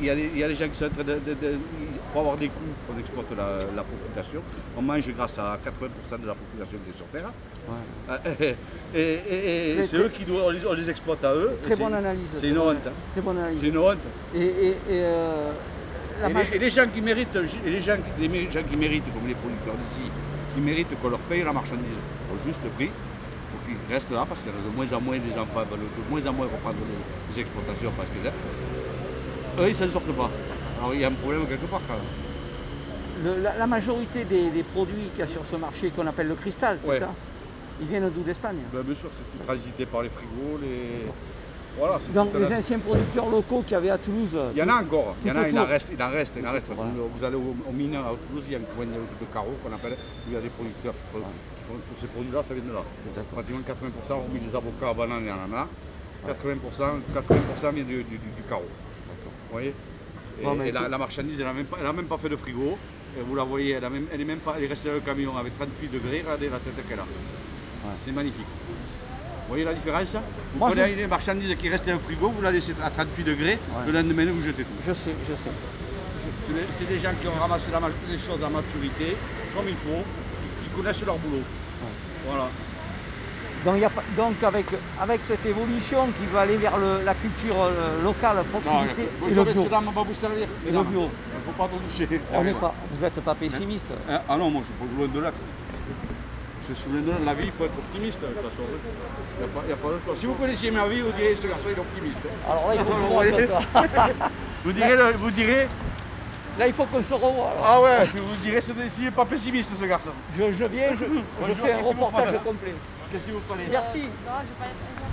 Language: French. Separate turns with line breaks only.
y, a des- il y a des gens qui sont en train de, de- de- Pour avoir des coûts, on exploite la, la population. On mange grâce à 80% de la population qui est sur Terre. Ah, eh, eh, Et, et- et
Très,
c'est
très-
eux qui doivent, on les, on les exploite à eux.
Très
C'est-
bonne analyse.
C'est une
très bonne-
honte. hein.
Très bonne
C'est
analyse.
une honte.
Et, et- et, euh, la
Et
maje-
les, et les gens qui méritent, et les gens, qui- les mé- gens qui méritent, comme les producteurs d'ici, qui méritent qu'on leur paye la marchandise au juste prix, pour qu'ils restent là, parce qu'il y en a de moins en moins des enfants, veulent de moins en moins reprendre les, les exploitations, parce que là, eux, ils s'en sortent pas. Alors il y a un problème quelque part quand même.
le- la, la majorité des, des produits qu'il y a sur ce marché qu'on appelle le cristal, c'est
Ouais.
ça Ils viennent d'où d'Espagne
Ben, bien sûr, c'est tout transité par les frigos, les... Voilà, c'est
Donc
tout un-
les anciens producteurs locaux qu'il y avait à Toulouse.
Il y en a encore, il y en
tout
a, il en
autour.
reste, il en reste, il en reste.
Voilà.
Vous allez au, au mines à Toulouse, il y a une coin de carreaux qu'on appelle, où il y a des producteurs qui font, qui font tous ces produits-là, ça vient de là.
D'accord.
Pratiquement 80%, hormis les avocats, bananes et ananas, 80%, 80 vient du, du- du- du carreau. Vous voyez Et,
Bon, mais
et la,
tout-
la marchandise, elle n'a même, pas- elle a même pas fait de frigo. Et vous la voyez, elle, a même, elle est même pas, elle est restée dans le camion avec 38 degrés, regardez la tête qu'elle a. C'est magnifique. Vous voyez la différence Vous
Moi,
prenez
je-
une marchandise qui reste au frigo, vous la laissez à 38 degrés, le lendemain vous jetez tout.
Je sais, je sais.
C'est des- C'est des gens qui ont ramassé la ma- les choses à maturité, comme il faut, qui connaissent leur boulot. Voilà.
Donc, il y a pas- donc, avec, avec cette évolution qui va aller vers le- la culture euh, locale, proximité et le
Bonjour
bio.
messieurs, dames, on va vous servir.
Et le
Mesdames,
bio.
Il ne faut pas vous toucher.
On n'est pas, vous n'êtes pas pessimiste.
Hein Ah non, moi je suis pas loin de là. Je suis loin de là. La vie, il faut être optimiste de toute façon. Il n'y a, pas le choix. Si vous connaissiez ma vie, vous diriez ce garçon il est optimiste. hein.
Alors là, il faut
Vous
qu'on voit un peu,
voyez
toi.
Vous direz, le- vous direz
Là, il faut qu'on se revoie. alors.
ah ouais, vous direz, ce- s'il n'est pas pessimiste ce garçon.
Je, je viens, je, je
Bonjour,
fais un
qu'est-ce que vous
reportage
faites
complet.
Qu'est-ce que vous prenez
Merci.
Non, je vais pas être présente.